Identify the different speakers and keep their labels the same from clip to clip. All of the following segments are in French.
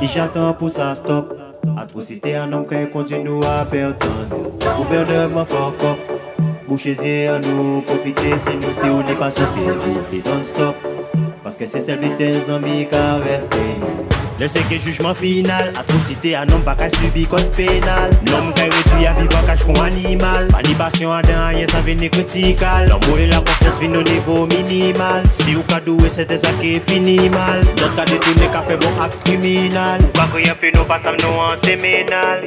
Speaker 1: Et j'attends pour ça stop Atrocité en homme qui continue à perdre Gouvernement fuck up Bouchez-y à nous profiter si nous si on n'est pas censé vivre non stop Parce que c'est celle de tes amis qui a resté Le seke jujman final Atrocité an nom pa ka subi kod penal Nom ka retu ya vivan kach kon animal Panibasyon an dan ayen san vene kritikal Lom ou e la konfes vin nou nivou minimal Si ou ka douwe se te zake fini mal Dot ka detoune ka fe bon ak kriminal Ou ka kriyen pe nou patam nou an semenal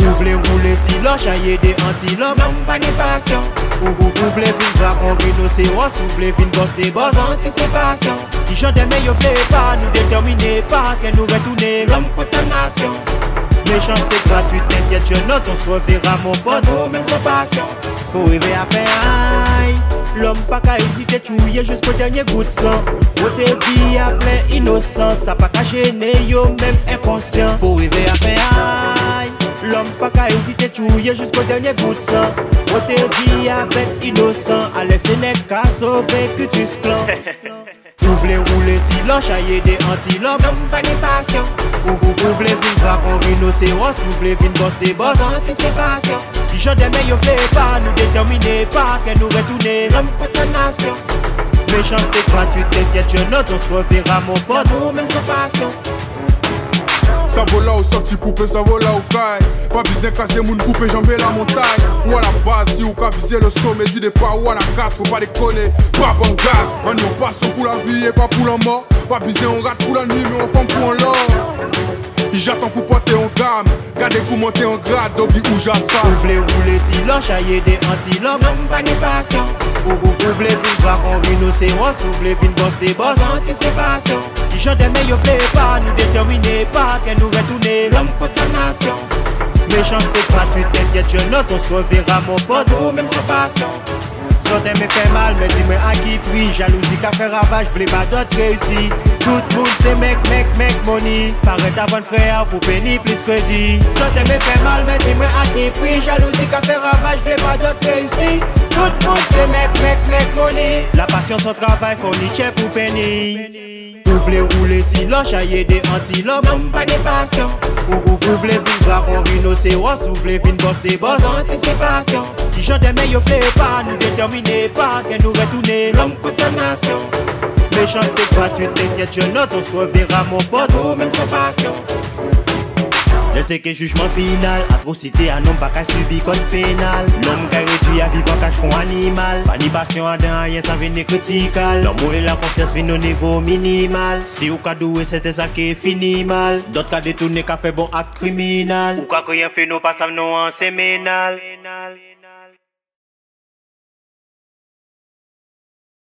Speaker 1: Ou vle roule si lo chaye de antilop Nom panibasyon Ou ou ou vle vin drakon rinoseros Ou vle vin boss de boss Antisipasyon Ti jan deme yo vle pa nou determine pa Ke nou retourner l'homme contre sa nation Méchanceté gratuite, t'inquiète je note On se reverra mon pote, oh même sans passion Faut rêver à faire aïe L'homme pas qu'à hésiter, tuer jusqu'au dernier goût de sang Beauté vie à plein innocence Ça pas qu'à gêner, yo même inconscient Faut rêver à faire aïe L'homme pas qu'à hésiter, tuer jusqu'au dernier goût de sang Beauté vie à plein innocent Allez Sénèque, qu'à sauver Cutus Clan Ou vle roule si lo chaye de antilop Nom panipasyon Ou, ou, ou vle vin drakon rinoseros Ou vle vin boss de boss Antisipasyon Ti jan deme yo vle pa nou determine pa Ke nou retourne Nom kont sa nasyon Méchanceté gratuite, t'inquiète je note On se reverra mon pote L'amour même sans passion
Speaker 2: Sa vola ou soti poupe, sa vola ou kay Pa bizen kase moun poupe, jambe la montagne Ou a la base, si ou ka vize le sommet Du départ ou a la casse, faut pas déconner Pas bon gaz, on yon passe pour la vie et pas pour la mort Pas bizen on rate pour la nuit, mais on femme pour un l'or Et j'attends pour porter en gamme Gardez pour monter en grade, d'obi ou jassa
Speaker 1: Ou vle roule si lo chaye de antilop
Speaker 3: Nom panipasyon
Speaker 1: Ou, ou, ou vle vin drakon rinoseros Ou vle vin boss de boss
Speaker 3: Antisipasyon
Speaker 1: Ti jan deme yo vle pa nou determine pa Ke nou retourne
Speaker 3: L'homme contre sa nation
Speaker 1: Méchanceté gratuite, t'inquiète, je note, on se reverra mon pote.
Speaker 3: L'amour même sans passion
Speaker 1: Sortez me fait mal, mais dis-moi à qui prix. Jalousie qu'a fait ravage, v'lais pas d'autres réussis. Tout le monde c'est mec, mec, mec, money. Parrain ta bonne frère, pour béni plus crédit. Sortez me fait mal, mais dis-moi à qui prix. Jalousie qu'a fait ravage, v'lais pas d'autres réussis. Tout le monde c'est mec, mec, mec, money. La passion, son travail, fournit chèque pour béni. Ou v'lais rouler si lo chaye de antilop.
Speaker 3: Nom panipasyon
Speaker 1: Ou, ou, ou v'lais vin drakon rinoseros. Ou v'lais vin boss de boss.
Speaker 3: Antisipasyon
Speaker 1: Ti jan deme yo vle pa nou determine pa Ke nou retourne l'homme
Speaker 3: L'homme contre sa nation
Speaker 1: Méchanceté gratuite, t'inquiète, je note, on se reverra mon pote.
Speaker 3: L'amour même sans passion
Speaker 1: Le seke jujman final, atrocité an nom pa ka subi kod penal L'homme ka réduit à vivre en cache animal Panibasyon an dan ayen sa vene kritikal L'homme ou e la confiance vin au niveau minimal Si ou ka doué c'était ça qui est fini mal D'autres ka détourné ka fait bon acte criminal Ou ka kriyen fait nou pas sam nou an semenal